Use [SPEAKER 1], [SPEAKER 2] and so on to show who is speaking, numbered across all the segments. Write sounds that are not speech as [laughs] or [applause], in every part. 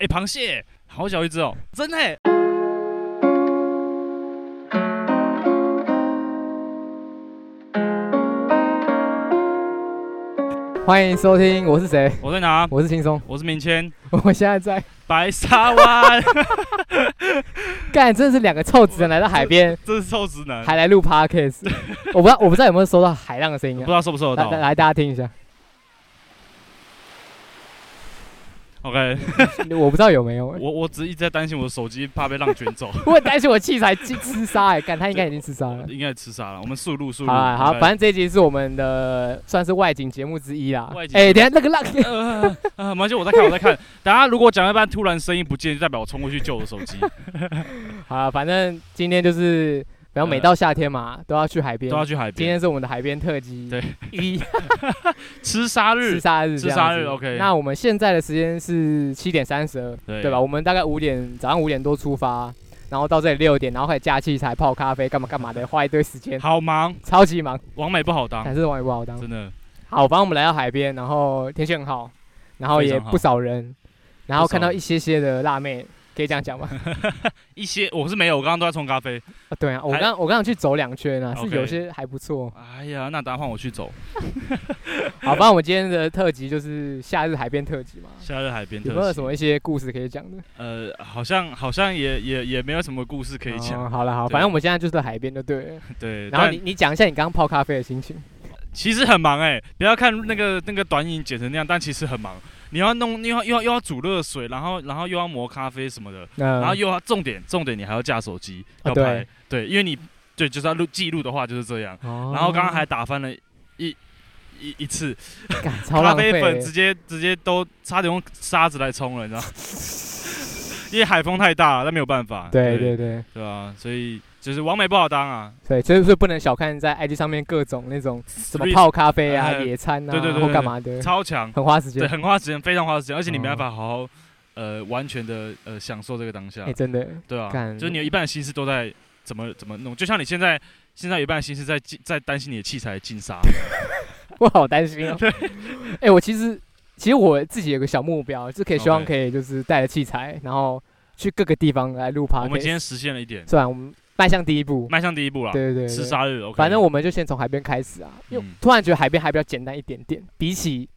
[SPEAKER 1] 哎、螃蟹，好小一只哦，真的欸。
[SPEAKER 2] 欢迎收听，我是谁？ [laughs]
[SPEAKER 1] 我在拿，
[SPEAKER 2] 我是轻松， [laughs]
[SPEAKER 1] 我是明谦，
[SPEAKER 2] 我现在在
[SPEAKER 1] 白沙湾， [laughs]
[SPEAKER 2] 干，真的是两个臭直男来到
[SPEAKER 1] [laughs]
[SPEAKER 2] 海边，
[SPEAKER 1] 这是臭直男，
[SPEAKER 2] 还来录 podcast，我 [laughs] 不知道我不知道有没有收到海浪的声音
[SPEAKER 1] 不知
[SPEAKER 2] 啊，
[SPEAKER 1] 道收不收得
[SPEAKER 2] 来来
[SPEAKER 1] 到。
[SPEAKER 2] 来，大家听一下， [laughs]
[SPEAKER 1] OK，
[SPEAKER 2] 我不知道有没有、
[SPEAKER 1] [laughs]
[SPEAKER 2] 欸，
[SPEAKER 1] 我我只一直在担心我的手机怕被浪卷走， [laughs]
[SPEAKER 2] 我很担心我器材去吃沙哎、欸， [laughs] 干他应该已经吃沙了。
[SPEAKER 1] 应该吃啥了？我们速录速录。
[SPEAKER 2] 好啦好，啊
[SPEAKER 1] OK
[SPEAKER 2] 反正这一集是我们的算是外景节目之一啦
[SPEAKER 1] 外。景
[SPEAKER 2] [laughs] 哎、等一下那个浪，
[SPEAKER 1] 呃啊，没关系，我在看，我在看。等下如果讲到一半突然声音不见，就代表我冲过去救我的手机，
[SPEAKER 2] 好啦，反正今天就是，然后每
[SPEAKER 1] 呃
[SPEAKER 2] 到夏天嘛，都要去海边
[SPEAKER 1] 都。要去海
[SPEAKER 2] 今
[SPEAKER 1] 边
[SPEAKER 2] 天是我们的海边特辑，
[SPEAKER 1] 对，
[SPEAKER 2] 一
[SPEAKER 1] 吃沙
[SPEAKER 2] 吃
[SPEAKER 1] 日。[laughs]
[SPEAKER 2] 沙日这样子，
[SPEAKER 1] 吃沙日，OK
[SPEAKER 2] 那我们现在的时间是七点三十二，
[SPEAKER 1] 对
[SPEAKER 2] 对吧？？我们大概五点早上五点多出发，然后到这里六点，然后开始架器材、泡咖啡，干嘛干嘛的，花一堆时间，
[SPEAKER 1] 好忙，
[SPEAKER 2] 超级忙，
[SPEAKER 1] 王美不好当，
[SPEAKER 2] 但是网也不好当。
[SPEAKER 1] 真的。
[SPEAKER 2] 好，反正我们来到海边，然后天气很好，然后
[SPEAKER 1] 非
[SPEAKER 2] 也
[SPEAKER 1] 常好
[SPEAKER 2] 不少人，然后看
[SPEAKER 1] 不少
[SPEAKER 2] 到
[SPEAKER 1] 人
[SPEAKER 2] 一些些的辣妹，可以这样讲吗？
[SPEAKER 1] 一些我是没有，我刚刚都在冲咖啡。
[SPEAKER 2] [laughs] 啊，对啊，我
[SPEAKER 1] 还
[SPEAKER 2] 刚我刚刚去走两圈啊，是
[SPEAKER 1] OK
[SPEAKER 2] 有些还不错。
[SPEAKER 1] 哎呀，那等下换我去走。
[SPEAKER 2] 好，反正我们今天的特辑就是夏日海边特辑嘛，
[SPEAKER 1] 夏日海边特
[SPEAKER 2] 有
[SPEAKER 1] 辑。
[SPEAKER 2] 没有什么一些故事可以讲的？
[SPEAKER 1] 呃，好像好像也也也没有什么故事可以讲。
[SPEAKER 2] 哦好了好，
[SPEAKER 1] 对
[SPEAKER 2] 反正我们现在就是在海边就对了。
[SPEAKER 1] 对，
[SPEAKER 2] 然后
[SPEAKER 1] 但
[SPEAKER 2] 你你讲一下你刚刚泡咖啡的心情。
[SPEAKER 1] 其实很忙哎、不要看那个那个短影剪成那样，但其实很忙。你要弄，又要又要又要煮热水，然后然后又要磨咖啡什么的，
[SPEAKER 2] 嗯
[SPEAKER 1] 然后又要重点重点你还要架手机
[SPEAKER 2] 啊
[SPEAKER 1] 要拍，对，因为你对就是要录记录的话就是这样。
[SPEAKER 2] 哦
[SPEAKER 1] 然后刚刚还打翻了一一一次， [laughs]
[SPEAKER 2] 干超
[SPEAKER 1] 咖
[SPEAKER 2] 浪
[SPEAKER 1] 啡
[SPEAKER 2] 费
[SPEAKER 1] 粉
[SPEAKER 2] 欸
[SPEAKER 1] 直，接直接都差点用沙子来冲了，你知道
[SPEAKER 2] [laughs]
[SPEAKER 1] 吗？因为海风太大了，那没有办法。
[SPEAKER 2] 对对对，
[SPEAKER 1] 对啊，所以就是完美不好当啊，
[SPEAKER 2] 对，所以所以不能小看在 IG 上面各种那种什么
[SPEAKER 1] Street-
[SPEAKER 2] 泡咖啡啊、
[SPEAKER 1] 呃
[SPEAKER 2] 野餐啊，
[SPEAKER 1] 对对对
[SPEAKER 2] 或
[SPEAKER 1] 对
[SPEAKER 2] 干
[SPEAKER 1] 对
[SPEAKER 2] 嘛的，
[SPEAKER 1] 超强，
[SPEAKER 2] 很花时间哎
[SPEAKER 1] 对，。很花时间，非常花时间，而且你没
[SPEAKER 2] 哦
[SPEAKER 1] 办法好好呃完全的呃享受这个当下
[SPEAKER 2] 哎，，真的，
[SPEAKER 1] 对啊，
[SPEAKER 2] 干
[SPEAKER 1] 就是你有一半的心思都在怎么怎么弄，就像你现在现在有一半的心思在进在担心你的器材进
[SPEAKER 2] [laughs]
[SPEAKER 1] 沙，
[SPEAKER 2] 我好担心哦。
[SPEAKER 1] [laughs]
[SPEAKER 2] 哎，我其实其实我自己有个小目标，是可以希望
[SPEAKER 1] OK
[SPEAKER 2] 可以就是带着器材，然后去各个地方来录 p
[SPEAKER 1] 我
[SPEAKER 2] o d
[SPEAKER 1] 们
[SPEAKER 2] c
[SPEAKER 1] 今
[SPEAKER 2] a
[SPEAKER 1] 天实现了一点，
[SPEAKER 2] 虽然我们迈向第一步，
[SPEAKER 1] 迈向第一步啦，
[SPEAKER 2] 对对对，
[SPEAKER 1] 吃
[SPEAKER 2] 对
[SPEAKER 1] 沙日，OK，
[SPEAKER 2] 反正我们就先从海边开始啊，因为
[SPEAKER 1] 嗯
[SPEAKER 2] 突然觉得海边还比较简单一点点，比起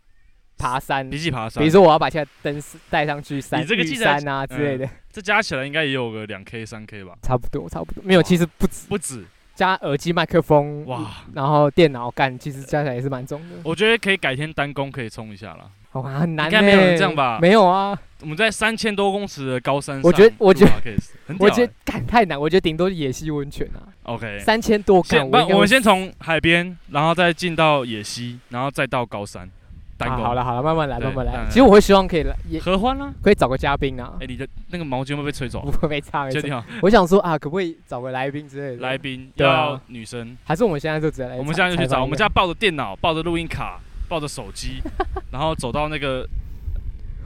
[SPEAKER 2] 爬山，
[SPEAKER 1] 比起爬山
[SPEAKER 2] 比如，说我要把现在灯丝带上去山，
[SPEAKER 1] 你这个
[SPEAKER 2] 玉
[SPEAKER 1] 记载
[SPEAKER 2] 山啊之类的，
[SPEAKER 1] 这加起来应该也有个两 K 三 K 吧，
[SPEAKER 2] 差不多差不多，没有，其实不止，
[SPEAKER 1] 不止，
[SPEAKER 2] 加耳机、麦克风，哇，
[SPEAKER 1] 哇，
[SPEAKER 2] 然后电脑干，其实加起来也是蛮重的，
[SPEAKER 1] 我觉得可以改天单攻可以冲一下啦。
[SPEAKER 2] 好吧，很
[SPEAKER 1] 应
[SPEAKER 2] 难、
[SPEAKER 1] 该
[SPEAKER 2] 欸，
[SPEAKER 1] 没有人这样吧
[SPEAKER 2] 没有啊，
[SPEAKER 1] 我们在三千多公尺的高山上
[SPEAKER 2] 我觉得我觉得
[SPEAKER 1] 录 podcast，很屌
[SPEAKER 2] 我觉
[SPEAKER 1] 欸
[SPEAKER 2] 得干太难，我觉得顶多是野溪温泉啊，
[SPEAKER 1] OK，
[SPEAKER 2] 三千多干，
[SPEAKER 1] 先
[SPEAKER 2] 我
[SPEAKER 1] 不，我
[SPEAKER 2] 应该会啊
[SPEAKER 1] 们先从海边，然后再进到野溪，然后再到高山，单
[SPEAKER 2] 啊
[SPEAKER 1] 攻。
[SPEAKER 2] 好了好了，慢慢来
[SPEAKER 1] 对
[SPEAKER 2] 慢慢来
[SPEAKER 1] 当，然
[SPEAKER 2] 其实我会希望可以来，也
[SPEAKER 1] 合欢啦。
[SPEAKER 2] 可以找个嘉宾啊
[SPEAKER 1] 哎，，你的那个毛巾会不会吹走
[SPEAKER 2] [laughs] 不？会没差没
[SPEAKER 1] 确
[SPEAKER 2] 差，
[SPEAKER 1] 定好，
[SPEAKER 2] 我想说啊，可不可以找个来宾之类的，
[SPEAKER 1] 来宾
[SPEAKER 2] 对啊哎
[SPEAKER 1] 要女生，
[SPEAKER 2] 还是我们现在就直接来采，
[SPEAKER 1] 我们现在就去
[SPEAKER 2] 采访
[SPEAKER 1] 找，
[SPEAKER 2] 一
[SPEAKER 1] 我们
[SPEAKER 2] 个
[SPEAKER 1] 家抱着电脑，抱着录音
[SPEAKER 2] [laughs]
[SPEAKER 1] 卡，抱着手机，然后走到那个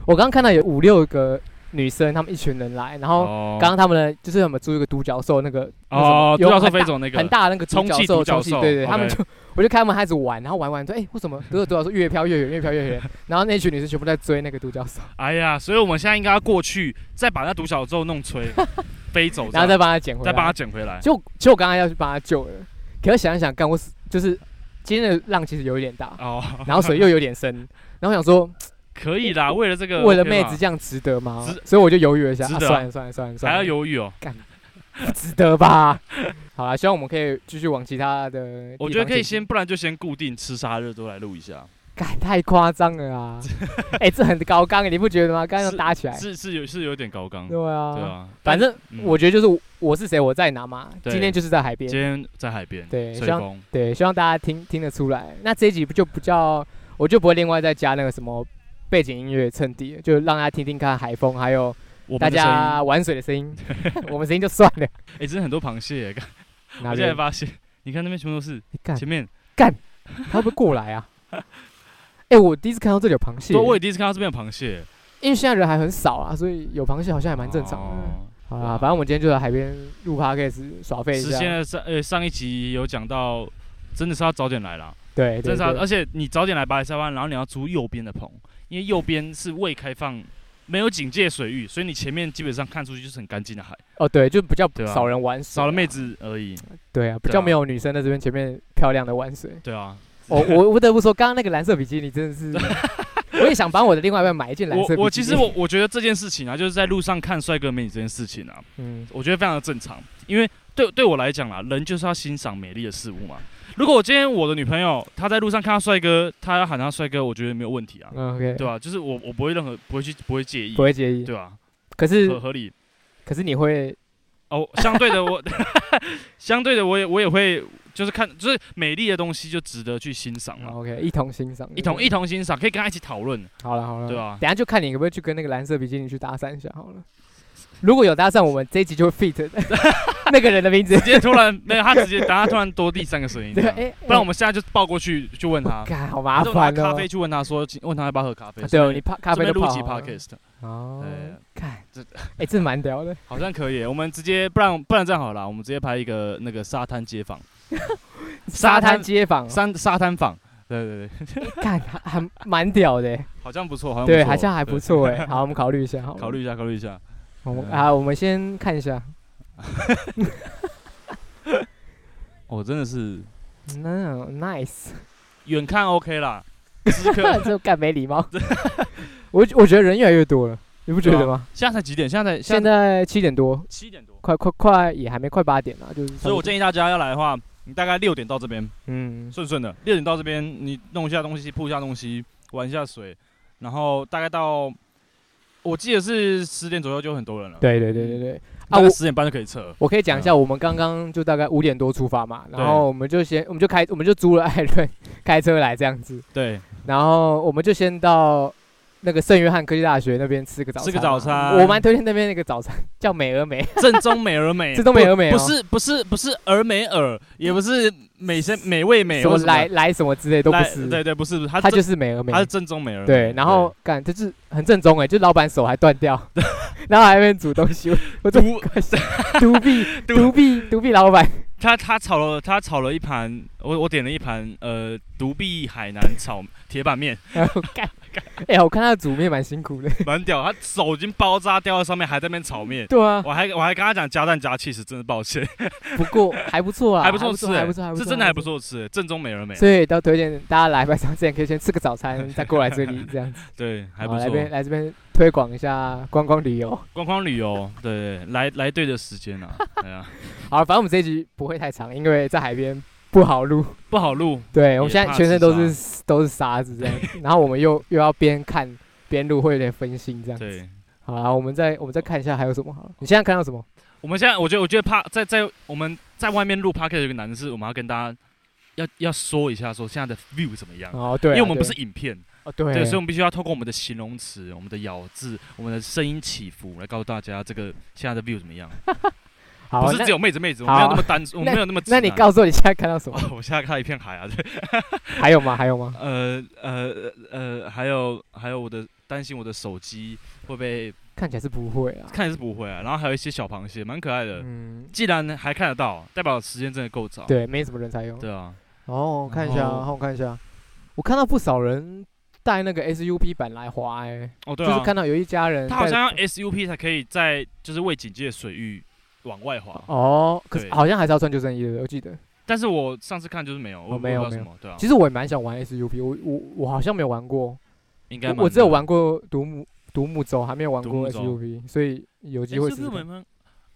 [SPEAKER 2] 我刚刚看到有五六个女生，她们一群人来，然后
[SPEAKER 1] 哦
[SPEAKER 2] 刚刚她们呢，就是我们租一个独角兽那个那什么
[SPEAKER 1] 哦，独
[SPEAKER 2] 有
[SPEAKER 1] 角兽
[SPEAKER 2] 很
[SPEAKER 1] 飞
[SPEAKER 2] 大
[SPEAKER 1] 走那
[SPEAKER 2] 很
[SPEAKER 1] 个，
[SPEAKER 2] 大的那个独
[SPEAKER 1] 充
[SPEAKER 2] 角
[SPEAKER 1] 气
[SPEAKER 2] 兽
[SPEAKER 1] 独角
[SPEAKER 2] 充气，
[SPEAKER 1] 兽
[SPEAKER 2] 对对，
[SPEAKER 1] OK
[SPEAKER 2] 他们就 [laughs] 我就看他们开始玩，然后玩完说，哎，为什么独角独角兽越飘越远，越飘越远？然后那群女生全部在追那个独角兽，
[SPEAKER 1] 哎呀，所以我们现在应该要过去，再把那独角兽弄
[SPEAKER 2] [laughs]
[SPEAKER 1] 吹飞走这
[SPEAKER 2] 然
[SPEAKER 1] 样，
[SPEAKER 2] 后再帮她捡回来，
[SPEAKER 1] 再把它捡回来。
[SPEAKER 2] 就就我刚刚要去帮她救了，可是想一想，干我死就是今天的浪其实有一点大，
[SPEAKER 1] 哦，
[SPEAKER 2] 然后水又有
[SPEAKER 1] [laughs]
[SPEAKER 2] 点深，然后我想说
[SPEAKER 1] 可以啦，为了这个，
[SPEAKER 2] 为了妹子这样值得吗
[SPEAKER 1] 值？
[SPEAKER 2] 所以我就犹豫了一下，
[SPEAKER 1] 值
[SPEAKER 2] 啊
[SPEAKER 1] 得啊
[SPEAKER 2] 算了算了算了算
[SPEAKER 1] 还
[SPEAKER 2] 了，
[SPEAKER 1] 要犹豫哦。
[SPEAKER 2] 值得吧？ [laughs] 好啦，希望我们可以继续往其他的。
[SPEAKER 1] 我觉得可以，先，不然就先固定吃沙热都来录一下，
[SPEAKER 2] 干太夸张了
[SPEAKER 1] [laughs]
[SPEAKER 2] 啊！哎、这很高纲，你不觉得吗？刚刚
[SPEAKER 1] 是
[SPEAKER 2] 打起来，
[SPEAKER 1] 是是有是有点高纲，对
[SPEAKER 2] 对啊，
[SPEAKER 1] 啊，
[SPEAKER 2] 反正
[SPEAKER 1] 嗯
[SPEAKER 2] 我觉得就是我是谁，我在哪嘛。
[SPEAKER 1] 对
[SPEAKER 2] 今天就是在海
[SPEAKER 1] 但
[SPEAKER 2] 边
[SPEAKER 1] 今，天在海边，
[SPEAKER 2] 对
[SPEAKER 1] 吹
[SPEAKER 2] 像
[SPEAKER 1] 风，
[SPEAKER 2] 对，希望大家听听得出来。那这一集不就不叫，我就不会另外再加那个什么背景音乐衬底，就让大家听听看海风，还有
[SPEAKER 1] 我
[SPEAKER 2] 大
[SPEAKER 1] 们的声音，
[SPEAKER 2] 家玩水的
[SPEAKER 1] [laughs]
[SPEAKER 2] 声音。我们声音就算了，
[SPEAKER 1] 哎，真的很多螃蟹耶，看
[SPEAKER 2] 哪
[SPEAKER 1] 我现在
[SPEAKER 2] 边？
[SPEAKER 1] 发现，你看那边全部都是，
[SPEAKER 2] 你干，
[SPEAKER 1] 前面，
[SPEAKER 2] 他会不会过来
[SPEAKER 1] [laughs]
[SPEAKER 2] 啊？哎、我第一次看到这里有螃蟹
[SPEAKER 1] 对，。我也第一次看到这边有螃蟹，
[SPEAKER 2] 因为现在人还很少啊，所以有螃蟹好像还蛮正常的。
[SPEAKER 1] 哦
[SPEAKER 2] 好
[SPEAKER 1] 对啊
[SPEAKER 2] 啦，反正我们今天就在海边录 podcast 耍废一
[SPEAKER 1] 是
[SPEAKER 2] 下。
[SPEAKER 1] 现在上呃上一集有讲到，真的是要早点来啦，
[SPEAKER 2] 对
[SPEAKER 1] 真
[SPEAKER 2] 对
[SPEAKER 1] 的是要，
[SPEAKER 2] 对
[SPEAKER 1] 而且你早点来白沙湾，然后你要租右边的棚，因为右边是未开放没有警戒水域，所以你前面基本上看出去就是很干净的海，
[SPEAKER 2] 哦，对，就比较
[SPEAKER 1] 对啊
[SPEAKER 2] 少人玩水、
[SPEAKER 1] 少了妹，子而已。
[SPEAKER 2] 对啊，比
[SPEAKER 1] 对
[SPEAKER 2] 较
[SPEAKER 1] 啊
[SPEAKER 2] 没有女生在这边前面漂亮的玩水。
[SPEAKER 1] 对啊，
[SPEAKER 2] [laughs] 我我不得不说，刚刚那个蓝色比基尼真的 [laughs] 是，我也想帮我的另外一半买一件蓝色比基
[SPEAKER 1] 我
[SPEAKER 2] 尼。
[SPEAKER 1] 我其实我我觉得这件事情啊，就是在路上看帅哥美女这件事情啊，
[SPEAKER 2] 嗯，
[SPEAKER 1] 我觉得非常的正常，因为对对我来讲啦，人就是要欣赏美丽的事物嘛。如果我今天我的女朋友她在路上看到帅哥，她要喊他帅哥，我觉得没有问题啊，
[SPEAKER 2] 嗯 OK，
[SPEAKER 1] 对吧、就是我我不会任何不会去不会介意
[SPEAKER 2] 不，会介意。
[SPEAKER 1] 对吧、
[SPEAKER 2] 可
[SPEAKER 1] 合
[SPEAKER 2] 是
[SPEAKER 1] 合理。
[SPEAKER 2] 可是你会
[SPEAKER 1] 哦，相对的我， [laughs] 相对的我也我也会就是看就是美丽的东西就值得去欣赏嘛，
[SPEAKER 2] 哦 OK 嗯一同欣赏，
[SPEAKER 1] 一同一同欣赏，可以跟他一起讨论。
[SPEAKER 2] 好了好了，
[SPEAKER 1] 对啊
[SPEAKER 2] 等一下就看你可不可以去跟那个蓝色比基尼去搭讪一下好了。如果有搭讪，我们这一集就会 [laughs] fit 那个人的 [laughs] 名字。
[SPEAKER 1] 直接突然没有他直接，等他突然多第三个
[SPEAKER 2] [laughs]
[SPEAKER 1] 声音，
[SPEAKER 2] 对
[SPEAKER 1] 这
[SPEAKER 2] 啊，
[SPEAKER 1] 样
[SPEAKER 2] 哎，
[SPEAKER 1] 不然我们现在就抱过去去问他，
[SPEAKER 2] 干好
[SPEAKER 1] 你
[SPEAKER 2] 麻
[SPEAKER 1] 就拿
[SPEAKER 2] 烦
[SPEAKER 1] 咖
[SPEAKER 2] 哦
[SPEAKER 1] 啡。去问他说，请问他要不要喝咖啡？
[SPEAKER 2] 对
[SPEAKER 1] 顺
[SPEAKER 2] 哦，
[SPEAKER 1] 便
[SPEAKER 2] 你泡咖啡
[SPEAKER 1] 顺
[SPEAKER 2] 都
[SPEAKER 1] 便录
[SPEAKER 2] 泡
[SPEAKER 1] 几
[SPEAKER 2] 好了
[SPEAKER 1] podcast，
[SPEAKER 2] 哦
[SPEAKER 1] 对，
[SPEAKER 2] 看
[SPEAKER 1] 这
[SPEAKER 2] 哎，这蛮屌的。
[SPEAKER 1] 好像可以耶。我们直接不然不然这样好了，我们直接拍一个那个沙滩
[SPEAKER 2] [laughs]
[SPEAKER 1] 街访，
[SPEAKER 2] [laughs] 沙
[SPEAKER 1] 滩
[SPEAKER 2] 滩街访哦，
[SPEAKER 1] 沙沙滩访，对对对，
[SPEAKER 2] [laughs] 看还还蛮屌的，欸
[SPEAKER 1] 好像不错，好像
[SPEAKER 2] 对，
[SPEAKER 1] 不错
[SPEAKER 2] 好像还不
[SPEAKER 1] 对 [laughs]
[SPEAKER 2] 错哎。好，我们考虑一下，好了，
[SPEAKER 1] 考虑一下，考虑一下。
[SPEAKER 2] 我们
[SPEAKER 1] 嗯
[SPEAKER 2] 啊，我们先看一下。
[SPEAKER 1] 哦，真的是 [laughs]
[SPEAKER 2] 嗯 nice，
[SPEAKER 1] 远看 OK 啦，时
[SPEAKER 2] [laughs]
[SPEAKER 1] 刻
[SPEAKER 2] 这干没
[SPEAKER 1] [laughs]
[SPEAKER 2] 礼貌。我我觉得人越来越多了，你不觉得
[SPEAKER 1] 对啊
[SPEAKER 2] 吗？
[SPEAKER 1] 现在才几点？现在才
[SPEAKER 2] 现
[SPEAKER 1] 在
[SPEAKER 2] 在七点多，
[SPEAKER 1] 七点多，
[SPEAKER 2] 快快快，也还没快八点啊，就是差不多。
[SPEAKER 1] 所以我建议大家要来的话，你大概六点到这边，
[SPEAKER 2] 嗯，
[SPEAKER 1] 顺顺的。六点到这边，你弄一下东西，铺一下东西，玩一下水，然后大概到，我记得是十点左右就很多人了。，
[SPEAKER 2] 对对对对对。啊，
[SPEAKER 1] 大概
[SPEAKER 2] 我
[SPEAKER 1] 十点半就可以撤。
[SPEAKER 2] 我可以讲一下，我们刚刚就大概五点多出发嘛，
[SPEAKER 1] 嗯对
[SPEAKER 2] 然后我们就先我们就开我们就租了艾瑞开车来这样子，
[SPEAKER 1] 对，
[SPEAKER 2] 然后我们就先到那个圣约翰科技大学那边吃个早餐嘛，
[SPEAKER 1] 吃个早餐
[SPEAKER 2] 我蛮推荐那边那个早餐叫美而美，
[SPEAKER 1] 正宗美而美，
[SPEAKER 2] [laughs] 正宗美而美
[SPEAKER 1] 不
[SPEAKER 2] 哦
[SPEAKER 1] 不是不是不是而美尔，也不是美声美味美，
[SPEAKER 2] [laughs] 什么
[SPEAKER 1] 或
[SPEAKER 2] 来来什么之类都不
[SPEAKER 1] 来
[SPEAKER 2] 是，
[SPEAKER 1] 对对，不是不是，它
[SPEAKER 2] 它
[SPEAKER 1] 正
[SPEAKER 2] 就是美而美
[SPEAKER 1] 它，是正宗美而美。
[SPEAKER 2] 对，然后干就是很正宗哎，就老板手还断
[SPEAKER 1] [laughs]
[SPEAKER 2] 掉，然后还在那边煮东西，我我
[SPEAKER 1] 对
[SPEAKER 2] 这
[SPEAKER 1] 毒， [laughs]
[SPEAKER 2] 独臂
[SPEAKER 1] 独
[SPEAKER 2] 独臂独臂老板， [laughs]
[SPEAKER 1] 他他炒了他炒了一盘，我我点了一盘呃独臂海南炒铁板面，
[SPEAKER 2] 然后干，哎、我看他煮面蛮辛苦的，
[SPEAKER 1] 蛮屌，他手已经包扎掉在上面，还在那边炒面。
[SPEAKER 2] 对啊，
[SPEAKER 1] [laughs] 我还我还跟他讲加蛋加气时，真的抱
[SPEAKER 2] [laughs]
[SPEAKER 1] 歉，
[SPEAKER 2] 不过还不错啊，
[SPEAKER 1] 还
[SPEAKER 2] 还
[SPEAKER 1] 不错吃、欸，
[SPEAKER 2] 还不错，还不错，
[SPEAKER 1] 是真的还不。错吃、欸，正宗美而美，
[SPEAKER 2] 所以都推荐大家来拜山之前可以先吃个早餐，再过来这里这样子。
[SPEAKER 1] 对，还
[SPEAKER 2] 好
[SPEAKER 1] 不
[SPEAKER 2] 来
[SPEAKER 1] 错
[SPEAKER 2] 这。边来这边推广一下观
[SPEAKER 1] [laughs]
[SPEAKER 2] 光旅游。
[SPEAKER 1] 观光旅游，对对，来来对的时间啊， [laughs] 对啊，
[SPEAKER 2] 好了，反正我们这一集不会太长，因为在海边不
[SPEAKER 1] [laughs]
[SPEAKER 2] 好录。
[SPEAKER 1] 不好录，
[SPEAKER 2] [laughs] 对，我们现
[SPEAKER 1] 也
[SPEAKER 2] 在
[SPEAKER 1] 怕
[SPEAKER 2] 全身都
[SPEAKER 1] 自
[SPEAKER 2] 是 [laughs] 都是沙子
[SPEAKER 1] [laughs]
[SPEAKER 2] 这样子，然后我们又又要边看边录，会有点分心这样子。
[SPEAKER 1] 对。
[SPEAKER 2] 好啦，我们再我们再看一下还有什么好了。你现在看到什么？
[SPEAKER 1] 我们现在，我觉得，我觉得怕在在我们在外面录 p o d c a s t 有一个难的是，我们要跟大家要要说一下，说现在的 view 怎么样，
[SPEAKER 2] 哦，对啊，
[SPEAKER 1] 因为我们不
[SPEAKER 2] 对
[SPEAKER 1] 是影片，
[SPEAKER 2] 哦，对，
[SPEAKER 1] 对，所以我们必须要透过我们的形容词、我们的咬字、我们的声音起伏来告诉大家这个现在的 view 怎么样，
[SPEAKER 2] 好，啊
[SPEAKER 1] 不是
[SPEAKER 2] 那
[SPEAKER 1] 只有妹子妹子，我
[SPEAKER 2] 好
[SPEAKER 1] 没有那么单，我没有那么直
[SPEAKER 2] 那
[SPEAKER 1] 男。
[SPEAKER 2] 你告诉我你现在看到什么？
[SPEAKER 1] [laughs] 哦，我现在看到一片海啊，对，
[SPEAKER 2] 还有吗？还有吗？
[SPEAKER 1] 呃呃呃，还有还有我的担心我的手机会被
[SPEAKER 2] 看起来是不会啊。
[SPEAKER 1] 看也是不会啊，然后还有一些小螃蟹，蛮可爱的。
[SPEAKER 2] 嗯，
[SPEAKER 1] 既然还看得到，代表时间真的够早。
[SPEAKER 2] 对，没什么人才用。
[SPEAKER 1] 对啊，
[SPEAKER 2] 哦，看一下，
[SPEAKER 1] 然
[SPEAKER 2] 然后我看一下，我看到不少人带那个 SUP 板来滑、欸，
[SPEAKER 1] 哦对
[SPEAKER 2] 就是
[SPEAKER 1] 啊，
[SPEAKER 2] 看到有一家人带，
[SPEAKER 1] 他好像要 SUP 才可以在就是未警戒水域往外滑，
[SPEAKER 2] 哦，可是
[SPEAKER 1] 对啊
[SPEAKER 2] 好像还是要穿救生衣的，我记得。
[SPEAKER 1] 但是我上次看就是没有，我
[SPEAKER 2] 哦没有
[SPEAKER 1] 我不知道
[SPEAKER 2] 没有
[SPEAKER 1] 什么，对啊，
[SPEAKER 2] 其实我也蛮想玩 SUP，我我我好像没有玩过，
[SPEAKER 1] 应该
[SPEAKER 2] 我
[SPEAKER 1] 蛮
[SPEAKER 2] 我只有
[SPEAKER 1] 热
[SPEAKER 2] 玩过独木独木舟，还没有玩
[SPEAKER 1] 独
[SPEAKER 2] 过
[SPEAKER 1] 木舟
[SPEAKER 2] SUP，所以有机
[SPEAKER 1] 欸
[SPEAKER 2] 会
[SPEAKER 1] 是
[SPEAKER 2] 试
[SPEAKER 1] 不
[SPEAKER 2] 试
[SPEAKER 1] 是
[SPEAKER 2] 看
[SPEAKER 1] 我们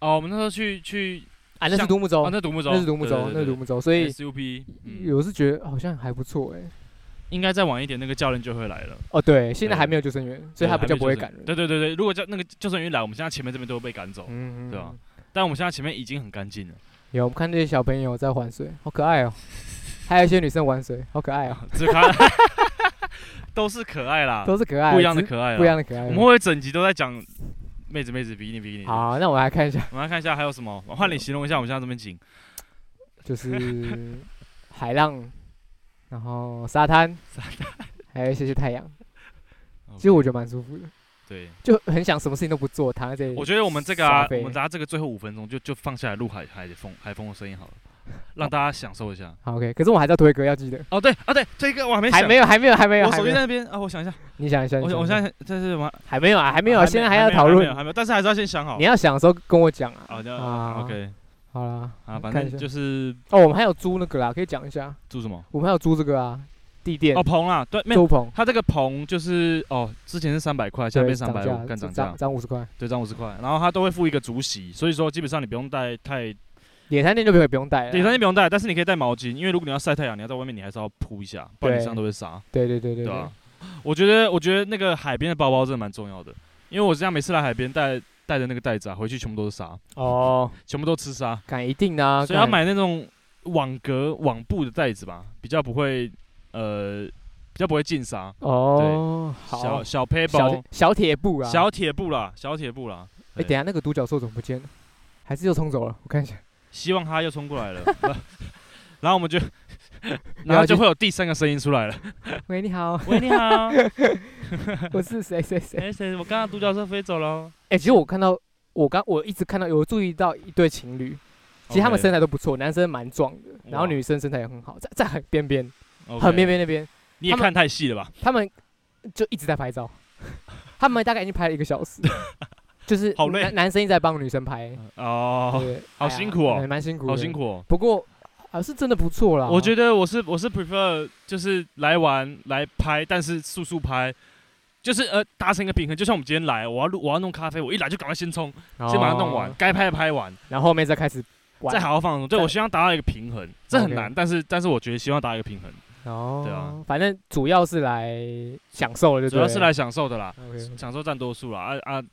[SPEAKER 1] 哦，我们那时候去去
[SPEAKER 2] 啊，那是
[SPEAKER 1] 像
[SPEAKER 2] 独木舟
[SPEAKER 1] 哦，，那独木舟，
[SPEAKER 2] 那是独木舟，那是独木舟，所以
[SPEAKER 1] S U P，嗯
[SPEAKER 2] 我是觉得好像还不错哎。
[SPEAKER 1] 应该再晚一点，那个教练就会来了，
[SPEAKER 2] 哦，对，现在
[SPEAKER 1] 对
[SPEAKER 2] 还没有救生员，所
[SPEAKER 1] 对
[SPEAKER 2] 以他比较不会
[SPEAKER 1] 还
[SPEAKER 2] 赶
[SPEAKER 1] 没
[SPEAKER 2] 人。
[SPEAKER 1] 对对对对，如果叫那个救生员一来，我们现在前面这边都会被赶走，
[SPEAKER 2] 嗯，嗯
[SPEAKER 1] 对啊
[SPEAKER 2] 嗯
[SPEAKER 1] 但我们现在前面已经很干
[SPEAKER 2] [laughs]
[SPEAKER 1] 净了，
[SPEAKER 2] 有，我们看这些小朋友在玩水，好可爱
[SPEAKER 1] [laughs]
[SPEAKER 2] 哦。还有一些女生玩水，好可爱哦，
[SPEAKER 1] 只看 [laughs] 都是可爱啦，
[SPEAKER 2] 都是可爱，
[SPEAKER 1] 啊不一样的
[SPEAKER 2] 只
[SPEAKER 1] 可爱，啊
[SPEAKER 2] 不一样。的可爱。
[SPEAKER 1] 我们会不会整集都在讲妹子妹子比你比你？，
[SPEAKER 2] 好，那我们来看一下，
[SPEAKER 1] 我们来看一下还有什么，换你形容一下我们现在这边景，
[SPEAKER 2] 就是海浪，然后沙滩，
[SPEAKER 1] 沙
[SPEAKER 2] 滩，还有一些些太阳。其实我觉得蛮舒服的，
[SPEAKER 1] 对，
[SPEAKER 2] 就很想什么事情都不做，躺在这里。
[SPEAKER 1] 我觉得我们这个啊
[SPEAKER 2] 沙，
[SPEAKER 1] 我
[SPEAKER 2] 飞
[SPEAKER 1] 们等下这个最后五分钟就就放下来录海海风海风的声音好了，让大家享受一下。
[SPEAKER 2] 好 OK，可是我还在推歌，要记得。
[SPEAKER 1] 哦，对啊，对，这个我还没
[SPEAKER 2] 还
[SPEAKER 1] 想，
[SPEAKER 2] 没有，还没有，还没有，
[SPEAKER 1] 我
[SPEAKER 2] 还
[SPEAKER 1] 手机
[SPEAKER 2] 没有
[SPEAKER 1] 在。那边啊，我想一下，
[SPEAKER 2] 你想一下，
[SPEAKER 1] 我
[SPEAKER 2] 你
[SPEAKER 1] 想，我
[SPEAKER 2] 一下
[SPEAKER 1] 现在这是什么？
[SPEAKER 2] 还没有啊，还没有啊，现在还要
[SPEAKER 1] 没有
[SPEAKER 2] 讨
[SPEAKER 1] 没有
[SPEAKER 2] 论。
[SPEAKER 1] 还没有，但是还是要先想好。
[SPEAKER 2] 你要想的时候跟我讲啊。
[SPEAKER 1] 好的
[SPEAKER 2] 啊
[SPEAKER 1] ，OK，
[SPEAKER 2] 好啦，
[SPEAKER 1] 啊，反
[SPEAKER 2] 看一下
[SPEAKER 1] 正就是
[SPEAKER 2] 哦，我们还有租那个啦，可以讲一下，
[SPEAKER 1] 住什么？
[SPEAKER 2] 我们还有租这个啊，地垫
[SPEAKER 1] 哦，棚啊，对，没有，
[SPEAKER 2] 租棚，
[SPEAKER 1] 它这个棚就是哦，之前是三百块，现在
[SPEAKER 2] 对
[SPEAKER 1] 变三
[SPEAKER 2] 涨
[SPEAKER 1] 百
[SPEAKER 2] 价
[SPEAKER 1] 五，干涨价
[SPEAKER 2] 涨，涨五十块，
[SPEAKER 1] 对，涨五十块。然后它都会附一个竹席，所以说基本上你不用带太，
[SPEAKER 2] 野餐垫就可以不用带了啦。
[SPEAKER 1] 你当然不用带，但是你可以带毛巾，因为如果你要晒太阳，你要在外面，你还是要铺一下，不然你
[SPEAKER 2] 对
[SPEAKER 1] 身上都会沙，
[SPEAKER 2] 对对对对
[SPEAKER 1] 对啊
[SPEAKER 2] 对
[SPEAKER 1] 吧。？我觉得，我觉得那个海边的包包真的蛮重要的，因为我这样每次来海边带带的那个袋子啊，回去全部都是沙，
[SPEAKER 2] 哦，
[SPEAKER 1] 全部都吃沙，
[SPEAKER 2] 敢一定的啊，
[SPEAKER 1] 所以要
[SPEAKER 2] 干
[SPEAKER 1] 买那种网格网布的袋子吧，比较不会呃，比较不会进沙。
[SPEAKER 2] 哦，好
[SPEAKER 1] 小，小背
[SPEAKER 2] 小
[SPEAKER 1] 包，
[SPEAKER 2] 小铁布啊，
[SPEAKER 1] 小铁布啦，小铁布啦。
[SPEAKER 2] 哎，等一下那个独角兽怎么不见了？还是又冲走了？我看一下，
[SPEAKER 1] 希望他又冲过来了， [laughs] 然后我们
[SPEAKER 2] [laughs]
[SPEAKER 1] 就，
[SPEAKER 2] 你
[SPEAKER 1] 然
[SPEAKER 2] 要
[SPEAKER 1] 后就
[SPEAKER 2] 去
[SPEAKER 1] 会有第三个声音出来了。
[SPEAKER 2] 喂，你
[SPEAKER 1] [laughs]
[SPEAKER 2] 好，
[SPEAKER 1] 喂，你好，
[SPEAKER 2] 我是谁谁谁。
[SPEAKER 1] 哎谁？我刚刚独角兽飞走了。
[SPEAKER 2] 哎、其实我看到，我刚我一直看到有注意到一对情侣，其实他们身材都不错，男生蛮壮的，然后
[SPEAKER 1] 哇
[SPEAKER 2] 女生身材也很好，在在很边边，
[SPEAKER 1] OK，
[SPEAKER 2] 很边边那边，
[SPEAKER 1] 你也
[SPEAKER 2] 他们
[SPEAKER 1] 看太细了吧？
[SPEAKER 2] 他们就一直在
[SPEAKER 1] [laughs]
[SPEAKER 2] 拍照，他们大概已经拍了一个小时，就是
[SPEAKER 1] 好累
[SPEAKER 2] 男男生一直在帮女生拍，
[SPEAKER 1] 哦，
[SPEAKER 2] 对，
[SPEAKER 1] 好
[SPEAKER 2] 哎呀
[SPEAKER 1] 辛苦哦
[SPEAKER 2] 对蛮辛苦，
[SPEAKER 1] 好辛。苦哦。
[SPEAKER 2] 不过啊，是真的不错啦，
[SPEAKER 1] 我觉
[SPEAKER 2] 得
[SPEAKER 1] 得我是我是 prefer 就是来玩来拍，但是速速拍，就是呃达成一个平衡。就像我们今天来，我要录我要弄咖啡，我一来就赶快先冲，先把它弄完，该拍的拍完，
[SPEAKER 2] 哦然后后面再开始玩，
[SPEAKER 1] 再好好放松。对
[SPEAKER 2] 再
[SPEAKER 1] 我希望达到一个平衡，这很
[SPEAKER 2] OK
[SPEAKER 1] 难，但是但是我觉得希望达到一个平衡，
[SPEAKER 2] 哦，
[SPEAKER 1] 对啊，
[SPEAKER 2] 反正主要是来享受的，
[SPEAKER 1] 主要是来享受的啦。
[SPEAKER 2] OK。
[SPEAKER 1] 享受占多数啦，啊啊，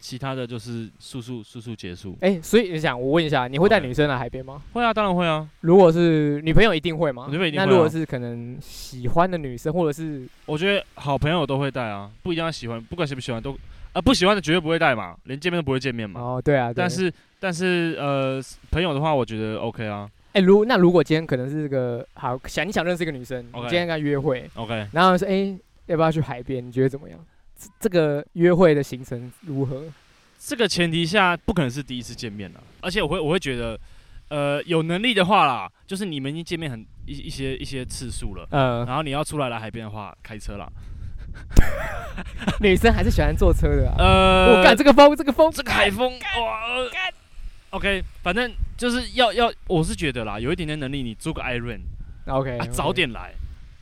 [SPEAKER 1] 其他的就是速速速速结束。
[SPEAKER 2] 哎、所以你想，我问一下，你会带
[SPEAKER 1] OK
[SPEAKER 2] 女生来海边吗？
[SPEAKER 1] 会啊，当然会啊，
[SPEAKER 2] 如果是女朋友一定会吗？
[SPEAKER 1] 女朋友一定
[SPEAKER 2] 那
[SPEAKER 1] 会
[SPEAKER 2] 如果
[SPEAKER 1] 啊
[SPEAKER 2] 是可能喜欢的女生，或者是
[SPEAKER 1] 我觉得好朋友都会带啊，不一定要喜欢，不管喜不喜欢都啊，不喜欢的绝对不会带嘛，连见面都不会见面嘛。
[SPEAKER 2] 哦，对啊，对
[SPEAKER 1] 嗯但是但是呃，朋友的话，我觉得 OK 啊
[SPEAKER 2] 哎、如那如果今天可能是个好想你想认识一个女生
[SPEAKER 1] OK
[SPEAKER 2] 你今天跟她约会，
[SPEAKER 1] ，OK。
[SPEAKER 2] 然后说哎、要不要去海边？你觉得怎么样？这这个约会的行程如何？
[SPEAKER 1] 这个前提下，不可能是第一次见面了，啊而且我会我会觉得，呃，有能力的话啦，就是你们已经见面很一一些一些次数了， [laughs]
[SPEAKER 2] 呃，
[SPEAKER 1] 然后你要出来来海边的话，开车啦。
[SPEAKER 2] 女生还是喜欢坐车的啊。
[SPEAKER 1] 呃，
[SPEAKER 2] 我干这个风，这个风，
[SPEAKER 1] 这个海风哇呃，OK，反正就是要要，我是觉得啦，有一点点能力，你租个 Iron，
[SPEAKER 2] OK，,
[SPEAKER 1] 啊
[SPEAKER 2] OK
[SPEAKER 1] 早点来，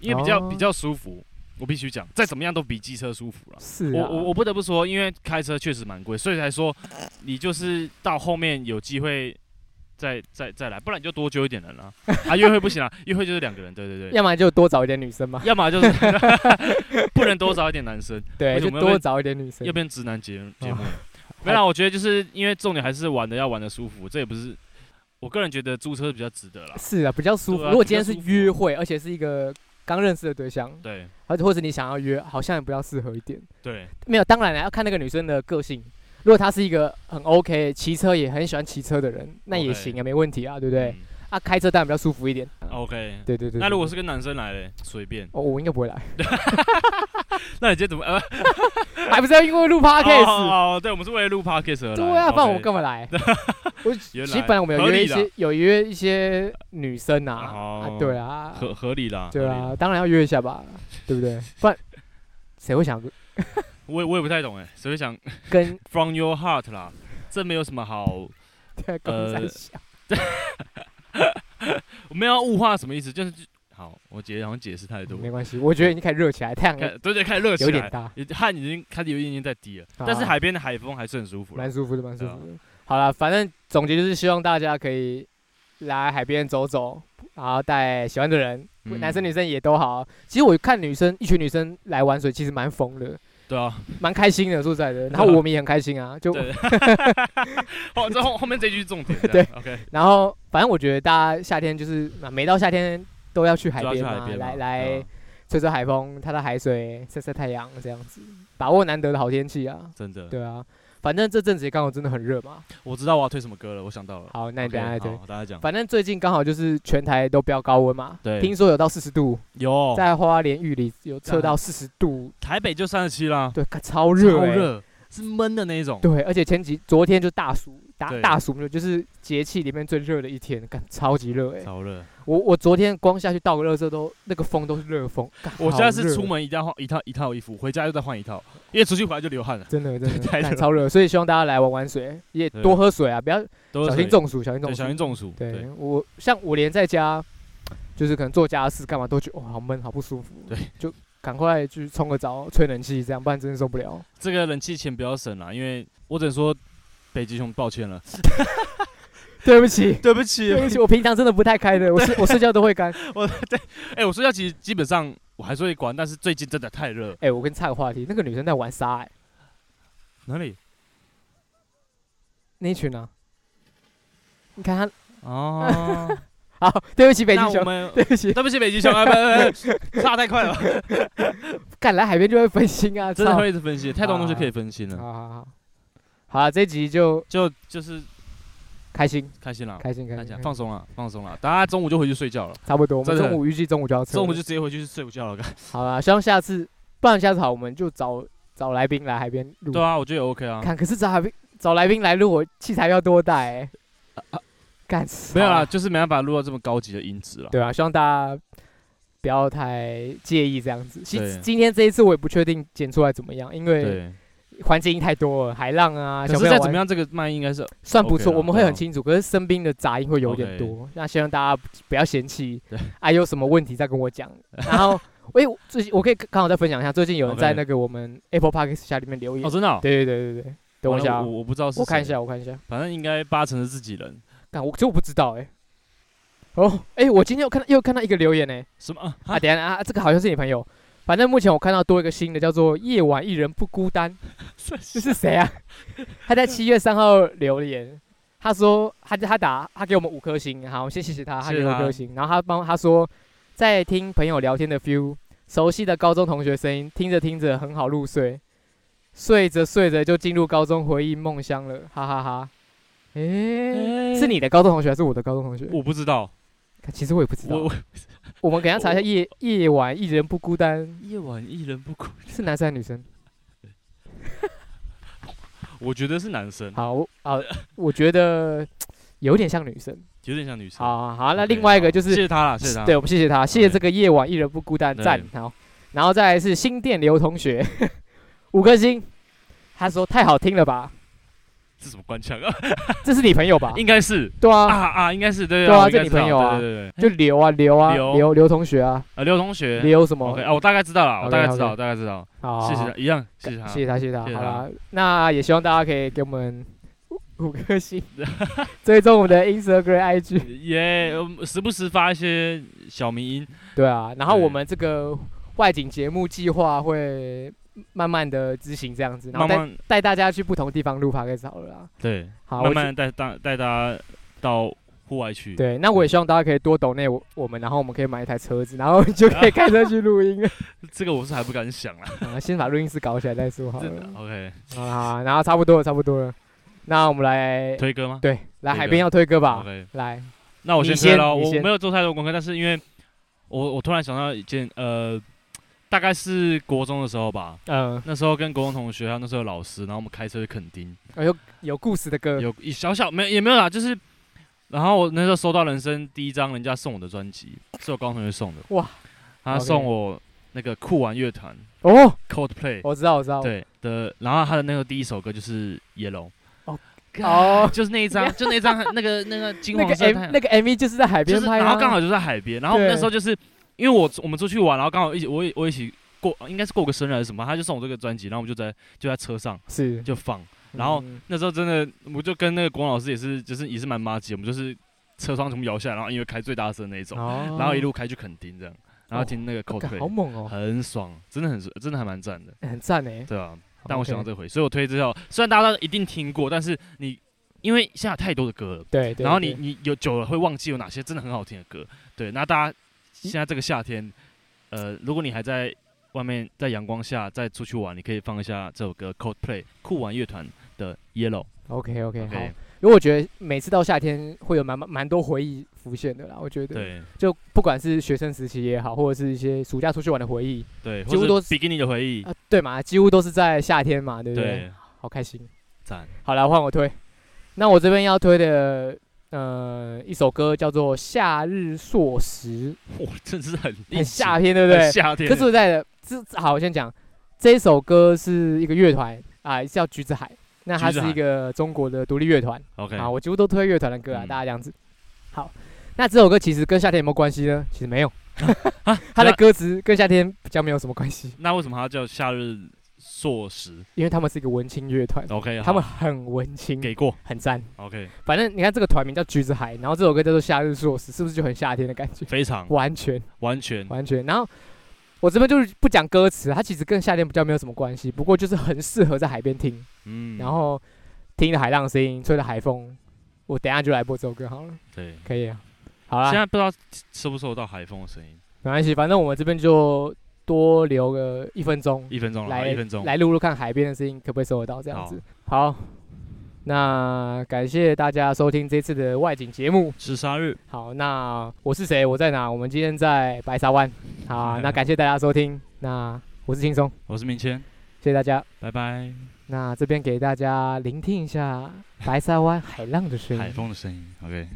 [SPEAKER 1] 因为比较
[SPEAKER 2] 哎哦
[SPEAKER 1] 比较舒服。我必须讲，再怎么样都比机车舒服了。
[SPEAKER 2] 是
[SPEAKER 1] 我
[SPEAKER 2] 啊，
[SPEAKER 1] 我我不得不说，因为开车确实蛮贵，所以才说你就是到后面有机会再再再来，不然你就多揪一点人
[SPEAKER 2] [laughs]
[SPEAKER 1] 啦。啊，约会不行啊，约会就是两个人，对对对，
[SPEAKER 2] 要么就多找一点女生嘛，
[SPEAKER 1] 要么就是 [laughs] 不能多找一点男生，
[SPEAKER 2] 对，
[SPEAKER 1] 为什
[SPEAKER 2] 就
[SPEAKER 1] 么
[SPEAKER 2] 多
[SPEAKER 1] 会
[SPEAKER 2] 找一点女生
[SPEAKER 1] 要。变直男节节目了。
[SPEAKER 2] 还
[SPEAKER 1] [laughs] 没啦，我觉得就是因为重点还是玩的要玩的舒服，这也不是我个人觉得租车比较值得
[SPEAKER 2] [laughs]
[SPEAKER 1] 啦。
[SPEAKER 2] 是啊，比较舒服。
[SPEAKER 1] 对啊
[SPEAKER 2] 如果今天是
[SPEAKER 1] 比较舒服啊
[SPEAKER 2] 约会，而且是一个刚认识的对象，
[SPEAKER 1] 对
[SPEAKER 2] 而且或者你想要约，好像也比较适合一点。
[SPEAKER 1] 对，
[SPEAKER 2] 没有，当然了，要看那个女生的个性。如果她是一个很 OK 骑车也很喜欢骑车的人，那也
[SPEAKER 1] OK
[SPEAKER 2] 行啊，没问题啊，对不对？啊，开车当然比较舒服一点。
[SPEAKER 1] 嗯、，OK。
[SPEAKER 2] 对对对。
[SPEAKER 1] 那如果
[SPEAKER 2] 对
[SPEAKER 1] 是跟男生来嘞，随便。 [laughs]
[SPEAKER 2] 哦，我应该不会来，
[SPEAKER 1] 那你今天怎么？呃
[SPEAKER 2] 还不是要因为录 podcast？
[SPEAKER 1] 哦哦，对，我们是为了录 podcast 而来。哦
[SPEAKER 2] 对啊，不然我
[SPEAKER 1] OK
[SPEAKER 2] 干
[SPEAKER 1] [laughs]
[SPEAKER 2] 嘛来？我其
[SPEAKER 1] 原
[SPEAKER 2] 实
[SPEAKER 1] 来
[SPEAKER 2] 本来我们有
[SPEAKER 1] 合
[SPEAKER 2] 约
[SPEAKER 1] 理
[SPEAKER 2] 一
[SPEAKER 1] 的
[SPEAKER 2] 些有约一些女生啊，啊
[SPEAKER 1] 哦
[SPEAKER 2] 对啊，
[SPEAKER 1] 合合理啦。
[SPEAKER 2] 对
[SPEAKER 1] 合理啦
[SPEAKER 2] 啊，，当然要约一下吧，对不对？不然谁会想
[SPEAKER 1] 我也我也不太懂哎，所以想 [laughs]
[SPEAKER 2] 跟
[SPEAKER 1] from your heart 啦，这没有什么好，
[SPEAKER 2] 对啊公
[SPEAKER 1] 呃
[SPEAKER 2] 在想？
[SPEAKER 1] 我们要物化什么意思？就是就好，我姐好像解释太多。
[SPEAKER 2] 没关系，我觉得已经开始热起来，太阳
[SPEAKER 1] 看，对对，呃开始热起
[SPEAKER 2] 有点
[SPEAKER 1] 来，
[SPEAKER 2] 大，
[SPEAKER 1] 已经汗已经开始有一点点在滴了，
[SPEAKER 2] 好
[SPEAKER 1] 但是海边的海风还是很舒服啦。
[SPEAKER 2] 蛮舒服的，蛮舒
[SPEAKER 1] 对啊
[SPEAKER 2] 服的。好了，反正总结就是希望大家可以来海边走走，然后带喜欢的人，
[SPEAKER 1] 嗯
[SPEAKER 2] 男生女生也都好。其实我看女生一群女生来玩水，其实蛮疯的，
[SPEAKER 1] 对啊，
[SPEAKER 2] 蛮开心的，说实
[SPEAKER 1] [laughs]
[SPEAKER 2] 在的。然后
[SPEAKER 1] 对啊
[SPEAKER 2] 我们也很开心啊，就
[SPEAKER 1] 对 [laughs] 哦，这后后面这句是重点。
[SPEAKER 2] [laughs] 对
[SPEAKER 1] ，OK，
[SPEAKER 2] 然后反正我觉得大家夏天就是啊每到夏天都要去海
[SPEAKER 1] 就要去
[SPEAKER 2] 边
[SPEAKER 1] 海
[SPEAKER 2] 嘛，
[SPEAKER 1] 边嘛
[SPEAKER 2] 来
[SPEAKER 1] 对
[SPEAKER 2] 来
[SPEAKER 1] 啊
[SPEAKER 2] 吹吹海风，踏踏海水，晒晒太阳，这样子，把握难得的好天气啊。
[SPEAKER 1] [laughs] 真的。
[SPEAKER 2] 对啊，反正这阵子也刚好真的很热嘛。
[SPEAKER 1] 我知道我要推什么歌了，我想到了。
[SPEAKER 2] 好，那你
[SPEAKER 1] OK，
[SPEAKER 2] 等一下再推。
[SPEAKER 1] 好大家讲。
[SPEAKER 2] 反正最近刚好就是全台都飙高温嘛，
[SPEAKER 1] 对哦
[SPEAKER 2] 听说有到四十度，
[SPEAKER 1] 有
[SPEAKER 2] 在花莲玉里有测到四十度，
[SPEAKER 1] 台北就三十七啦，
[SPEAKER 2] 对，干超
[SPEAKER 1] 超
[SPEAKER 2] 热、欸，
[SPEAKER 1] 热，是闷的那一种。
[SPEAKER 2] 对，而且前几昨天就大暑，大
[SPEAKER 1] 对
[SPEAKER 2] 大暑热，就是节气里面最热的一天，干超级热哎、
[SPEAKER 1] 超热。
[SPEAKER 2] 我我昨天光下去倒个热色都那个风都是热风，干
[SPEAKER 1] 我
[SPEAKER 2] 好
[SPEAKER 1] 现在是
[SPEAKER 2] 热
[SPEAKER 1] 出门一定要换一套一套衣服，回家又再换一套，因为出去回来就流汗了，
[SPEAKER 2] 真的真的
[SPEAKER 1] [laughs] 太热
[SPEAKER 2] 干超热，所以希望大家来玩玩水，也
[SPEAKER 1] 对
[SPEAKER 2] 多喝水啊，不要
[SPEAKER 1] 都
[SPEAKER 2] 小心中暑，小心中
[SPEAKER 1] 对，
[SPEAKER 2] 暑
[SPEAKER 1] 小，心中暑。
[SPEAKER 2] 对，我像我连在家，就是可能做家事干嘛都觉得哇好闷好不舒服，
[SPEAKER 1] 对，
[SPEAKER 2] 就赶快去冲个澡吹冷气，这样不然真的受不了。 [laughs]
[SPEAKER 1] 这个冷气钱不要省了，因为我只能说北极熊抱歉了，
[SPEAKER 2] 对不起，
[SPEAKER 1] 对不起
[SPEAKER 2] [laughs] 对不起，我平常真的不太开的，我睡我睡觉都会干。
[SPEAKER 1] [laughs]
[SPEAKER 2] [laughs]
[SPEAKER 1] 哎、我睡觉其实基本上我还是会关，但是最近真的太热了。
[SPEAKER 2] 哎、我跟你岔个话题，那个女生在玩沙、哎，
[SPEAKER 1] 哪里？
[SPEAKER 2] 那一群啊，你看
[SPEAKER 1] 哦，
[SPEAKER 2] 她， [laughs] 好，对不起 [laughs] 北
[SPEAKER 1] 那
[SPEAKER 2] 极
[SPEAKER 1] 我
[SPEAKER 2] 熊，
[SPEAKER 1] 们
[SPEAKER 2] 对
[SPEAKER 1] [laughs]
[SPEAKER 2] 不起，
[SPEAKER 1] 对不起北极熊啊，不不
[SPEAKER 2] [laughs]
[SPEAKER 1] 不，差太快了吧，
[SPEAKER 2] 赶来海边就会分心啊，
[SPEAKER 1] [laughs] 真的
[SPEAKER 2] 操啊
[SPEAKER 1] 会一直分心，太多东西可以分心了，
[SPEAKER 2] 好好好，好啦，这一集就
[SPEAKER 1] 就就是
[SPEAKER 2] 开心
[SPEAKER 1] 开心啦，
[SPEAKER 2] 开心开
[SPEAKER 1] 看一下
[SPEAKER 2] 心，
[SPEAKER 1] 放松了，放松了，大家中午就回去睡觉了，
[SPEAKER 2] 差不多，我们
[SPEAKER 1] 真的
[SPEAKER 2] 中午预计中午就要吃了，
[SPEAKER 1] 中午就直接回去睡午觉了。
[SPEAKER 2] 好啦，希望下次，不然下次好，我们就找找来宾来海边录。
[SPEAKER 1] 对啊，我觉得也 OK 啊，
[SPEAKER 2] 看，可是找海宾找来宾来录，我器材要多带、
[SPEAKER 1] [laughs]
[SPEAKER 2] 欸。干死、
[SPEAKER 1] 没有啦，
[SPEAKER 2] 啊，
[SPEAKER 1] 就是没办法录到这么高级的音质了。
[SPEAKER 2] 对啊，希望大家不要太介意这样子。其实
[SPEAKER 1] 对
[SPEAKER 2] 今天这一次我也不确定剪出来怎么样，因为
[SPEAKER 1] 对，
[SPEAKER 2] 环境音太多了，海浪啊，
[SPEAKER 1] 可
[SPEAKER 2] 小
[SPEAKER 1] 是
[SPEAKER 2] 朋
[SPEAKER 1] 再
[SPEAKER 2] 友
[SPEAKER 1] 怎
[SPEAKER 2] 玩
[SPEAKER 1] 么样，这个麦应该是
[SPEAKER 2] 算不
[SPEAKER 1] OK
[SPEAKER 2] 错，
[SPEAKER 1] 啦
[SPEAKER 2] 我们会
[SPEAKER 1] 对啊
[SPEAKER 2] 很清楚。可是身边的杂音会有点
[SPEAKER 1] OK
[SPEAKER 2] 多，那希望大家不要嫌弃
[SPEAKER 1] 对。
[SPEAKER 2] 啊，有什么问题再跟
[SPEAKER 1] [laughs]
[SPEAKER 2] 我讲。然后，喂，我最近我可以刚好再分享一下，最近有人
[SPEAKER 1] OK
[SPEAKER 2] 在那个我们 Apple Park 下里面留言
[SPEAKER 1] 哦，，真的哦。
[SPEAKER 2] 对对对对对，等我
[SPEAKER 1] 完
[SPEAKER 2] 一
[SPEAKER 1] 了
[SPEAKER 2] 下啊
[SPEAKER 1] 我，我不知道是，
[SPEAKER 2] 我看一，下，我看一下。
[SPEAKER 1] 反正应该八成是自己人。
[SPEAKER 2] 干，我其实我不知道哎、哦，哎、我今天又看到又看到一个留言呢、
[SPEAKER 1] 什么啊？ [laughs]
[SPEAKER 2] 啊，等一下啊，这个好像是你朋友。反正目前我看到多一个新的，叫做“夜晚一人不孤单”，这是谁
[SPEAKER 1] [laughs]
[SPEAKER 2] 啊？他在七月三号留的言，他说他他打他给我们五颗星，好，先谢谢他，他
[SPEAKER 1] 谢
[SPEAKER 2] 给
[SPEAKER 1] 谢
[SPEAKER 2] 我五
[SPEAKER 1] 他
[SPEAKER 2] 颗星，然后他帮他说在听朋友聊天的 feel，熟悉的高中同学声音，听着听着很好入睡，睡着睡着就进入高中回忆梦乡了，哈哈哈诶、
[SPEAKER 1] 诶
[SPEAKER 2] 是你的高中同学还是我的高中同
[SPEAKER 1] 嗯
[SPEAKER 2] 学？
[SPEAKER 1] 哎我不知道，
[SPEAKER 2] 看其实我也不知道，
[SPEAKER 1] 我 [laughs]
[SPEAKER 2] 我
[SPEAKER 1] 我
[SPEAKER 2] 们给他查一下
[SPEAKER 1] 我
[SPEAKER 2] 夜夜晚一人不孤单
[SPEAKER 1] 夜晚一人不孤，
[SPEAKER 2] 是男生还是女
[SPEAKER 1] 嗯
[SPEAKER 2] 生？
[SPEAKER 1] 我觉得是男生，
[SPEAKER 2] 好，我啊，我觉得有点像女生。
[SPEAKER 1] 有点像女生。
[SPEAKER 2] 好好好，那
[SPEAKER 1] OK，
[SPEAKER 2] 另外一个就
[SPEAKER 1] 谢
[SPEAKER 2] 是，
[SPEAKER 1] 谢他啦，谢谢他。
[SPEAKER 2] 对，我们谢谢他，谢谢
[SPEAKER 1] OK
[SPEAKER 2] 这个夜晚一人不孤单，
[SPEAKER 1] 对
[SPEAKER 2] 赞好。然后再来是新电流同学， [laughs] 五颗星，他说太好听
[SPEAKER 1] [laughs]
[SPEAKER 2] 了吧，
[SPEAKER 1] 是什么官腔啊？
[SPEAKER 2] 这是你朋友吧？
[SPEAKER 1] 应该是
[SPEAKER 2] 对
[SPEAKER 1] 啊
[SPEAKER 2] 啊，
[SPEAKER 1] 啊，应该是对
[SPEAKER 2] 对啊
[SPEAKER 1] 我应该
[SPEAKER 2] 这你
[SPEAKER 1] 知道
[SPEAKER 2] 朋友啊
[SPEAKER 1] 对对对，
[SPEAKER 2] 就刘啊刘啊
[SPEAKER 1] 刘
[SPEAKER 2] 刘刘同学啊，
[SPEAKER 1] 啊，刘同学
[SPEAKER 2] 刘什么
[SPEAKER 1] ，OK，？啊，我大概知道了，
[SPEAKER 2] OK，
[SPEAKER 1] 我大概知道，
[SPEAKER 2] OK
[SPEAKER 1] 我大概知道，
[SPEAKER 2] 好，好
[SPEAKER 1] 谢谢
[SPEAKER 2] 好
[SPEAKER 1] 他，一样，谢谢他，
[SPEAKER 2] 谢谢他，谢谢他。
[SPEAKER 1] 谢谢
[SPEAKER 2] 好
[SPEAKER 1] 他
[SPEAKER 2] 啦，那也希望大家可以给我们五五颗星，
[SPEAKER 1] [laughs]
[SPEAKER 2] 追踪我们的 Instagram IG。
[SPEAKER 1] 耶，我时不时发一些小迷音，
[SPEAKER 2] 对啊，然后
[SPEAKER 1] 对
[SPEAKER 2] 我们这个外景节目计划会慢慢的执行这样子，然后
[SPEAKER 1] 慢
[SPEAKER 2] 带
[SPEAKER 1] 慢
[SPEAKER 2] 带大家去不同地方录 p o d c 好了啦。
[SPEAKER 1] 对，
[SPEAKER 2] 好，
[SPEAKER 1] 慢
[SPEAKER 2] 我
[SPEAKER 1] 慢带大带大家到户外去
[SPEAKER 2] 去。对，那我也希望大家可以多抖内我我们，然后我们可以买一台车子，然后就可以开车去
[SPEAKER 1] [laughs]
[SPEAKER 2] 录音了。
[SPEAKER 1] 这个我是还不敢想啦，
[SPEAKER 2] 啊，先把录音室搞起来再说好
[SPEAKER 1] 真的
[SPEAKER 2] 了。
[SPEAKER 1] ，OK，
[SPEAKER 2] 好啦好啦，然后差不多了，差不多了。那我们来
[SPEAKER 1] 推歌吗？
[SPEAKER 2] 对来
[SPEAKER 1] 推
[SPEAKER 2] 海
[SPEAKER 1] 歌
[SPEAKER 2] 边要推歌吧，
[SPEAKER 1] ，OK，
[SPEAKER 2] 来
[SPEAKER 1] 那我
[SPEAKER 2] 你
[SPEAKER 1] 先
[SPEAKER 2] 先
[SPEAKER 1] 推喽，
[SPEAKER 2] 你
[SPEAKER 1] 我
[SPEAKER 2] 先
[SPEAKER 1] 没有做太多功课，但是因为我我突然想到一件，呃，大概是国中的时候吧，
[SPEAKER 2] 嗯，
[SPEAKER 1] 那时候跟国中同学还有那时候的老师，然后我们开车去垦丁，
[SPEAKER 2] 哎呦有故事的歌，
[SPEAKER 1] 有一小小没有也没有啦，就是，然后我那时候收到人生第一张人家送我的专辑，是我高中同学送的，
[SPEAKER 2] 哇，
[SPEAKER 1] 他
[SPEAKER 2] OK
[SPEAKER 1] 送我那个酷玩乐团
[SPEAKER 2] 哦，
[SPEAKER 1] Coldplay，
[SPEAKER 2] 我知道我知道，
[SPEAKER 1] 对的，然后他的那个第一首歌就是 Yellow，
[SPEAKER 2] 哦哦
[SPEAKER 1] 哦，就是那一张，就那一张那个那个金
[SPEAKER 2] 那
[SPEAKER 1] 黄
[SPEAKER 2] 个
[SPEAKER 1] 色
[SPEAKER 2] M
[SPEAKER 1] 太阳
[SPEAKER 2] 那个 MV 就是在海
[SPEAKER 1] 就
[SPEAKER 2] 边
[SPEAKER 1] 是
[SPEAKER 2] 拍的啊，
[SPEAKER 1] 然后刚好就在海边，然后我们
[SPEAKER 2] 对
[SPEAKER 1] 那时候就是因为我我们出去玩，然后刚好一起我也我一起过，应该是过个生日还是什么，他就送我这个专辑，然后我们就在就在车上
[SPEAKER 2] 是，
[SPEAKER 1] 就放，然后
[SPEAKER 2] 嗯
[SPEAKER 1] 那时候真的我就跟那个国文老师也是就是也是蛮麻吉，我们就是车窗全部摇下来，然后因为开最大声那一种，
[SPEAKER 2] 哦
[SPEAKER 1] 然后一路开去垦丁这样，然后听那个
[SPEAKER 2] 哦干
[SPEAKER 1] Coldplay，、
[SPEAKER 2] 好猛哦，
[SPEAKER 1] 很爽，真的很真的还蛮赞的，
[SPEAKER 2] 欸很赞哎。
[SPEAKER 1] 对啊，但我
[SPEAKER 2] OK
[SPEAKER 1] 想到这回，所以我推这首，虽然大家都一定听过，但是你因为现在有太多的歌了。
[SPEAKER 2] 对，对
[SPEAKER 1] 然后你
[SPEAKER 2] 对
[SPEAKER 1] 你有久了会忘记有哪些真的很好听的歌。对，那大
[SPEAKER 2] 嗯
[SPEAKER 1] 家现在这个夏天，呃，如果你还在外面在阳光下再出去玩，你可以放一下这首歌 Coldplay 酷玩乐团的 Yellow。
[SPEAKER 2] OK OK 好
[SPEAKER 1] OK，，
[SPEAKER 2] 因为我觉得每次到夏天会有蛮蛮蛮多回忆浮现的啦，我觉得，
[SPEAKER 1] 对
[SPEAKER 2] 就不管是学生时期也好，或者是一些暑假出去玩的回忆
[SPEAKER 1] 对，
[SPEAKER 2] 几乎都
[SPEAKER 1] 或
[SPEAKER 2] 是
[SPEAKER 1] 是比基尼的回忆，
[SPEAKER 2] 啊，对嘛，几乎都是在夏天嘛，对不对？
[SPEAKER 1] 对，
[SPEAKER 2] 好开心。
[SPEAKER 1] 赞。 [laughs]
[SPEAKER 2] 好了，换我推，那我这边要推的呃一首歌叫做《夏日硕石
[SPEAKER 1] 哇，真是很》，
[SPEAKER 2] 很
[SPEAKER 1] 硬气
[SPEAKER 2] 夏天，对
[SPEAKER 1] [laughs]
[SPEAKER 2] 不
[SPEAKER 1] 很
[SPEAKER 2] 对？
[SPEAKER 1] 夏天欸
[SPEAKER 2] 可是说实在的，这这好，我先讲这一首歌是一个乐团啊，叫橘子海。那它
[SPEAKER 1] 橘子
[SPEAKER 2] 是
[SPEAKER 1] 海
[SPEAKER 2] 一个中国的独立乐团
[SPEAKER 1] OK，
[SPEAKER 2] 啊，我几乎都推乐团的歌啊，
[SPEAKER 1] 嗯
[SPEAKER 2] 大家这样子。好，那这首歌其实跟夏天有没有关系呢？其实没有， [laughs] 它的
[SPEAKER 1] 啊那
[SPEAKER 2] 歌词跟夏天比较没有什么关系，
[SPEAKER 1] 那为什么它叫夏日硕石
[SPEAKER 2] 因为他们是一个文青乐团，
[SPEAKER 1] ？OK，
[SPEAKER 2] 他们
[SPEAKER 1] 哦好
[SPEAKER 2] 很文青，
[SPEAKER 1] 给过
[SPEAKER 2] 很赞。 [laughs]
[SPEAKER 1] OK，
[SPEAKER 2] 反正你看这个团名叫橘子海，然后这首歌叫做《夏日硕士》，是不是就很夏天的感觉？
[SPEAKER 1] 非常
[SPEAKER 2] 完全
[SPEAKER 1] 完全
[SPEAKER 2] 完全。然后我这边就是不讲歌词，它其实跟夏天比较没有什么关系，不过就是很适合在海边听，
[SPEAKER 1] 嗯，
[SPEAKER 2] 然后听着海浪声音，吹着海风。我等一下就来播这首歌好了，
[SPEAKER 1] 对，
[SPEAKER 2] 可以啊。好
[SPEAKER 1] 现
[SPEAKER 2] 啦，
[SPEAKER 1] 在不知道收不收到海风的声音，
[SPEAKER 2] 没关系，反正我们这边就多留个一分钟
[SPEAKER 1] 一分钟了，好
[SPEAKER 2] 来
[SPEAKER 1] 哦一分钟，
[SPEAKER 2] 来录录看海边的声音可不可以收得到，这样
[SPEAKER 1] 好
[SPEAKER 2] 子。好，那感谢大家收听这次的外景节目。
[SPEAKER 1] 是夏日，
[SPEAKER 2] 好，那我是谁？我在哪？我们今天在白沙湾。好啊，那感谢大家收听。那我是轻松，
[SPEAKER 1] 我是明谦，
[SPEAKER 2] 谢谢大家。
[SPEAKER 1] 拜拜，
[SPEAKER 2] 那这边给大家聆听一下白沙湾海浪的声音。
[SPEAKER 1] 海风的声音，OK。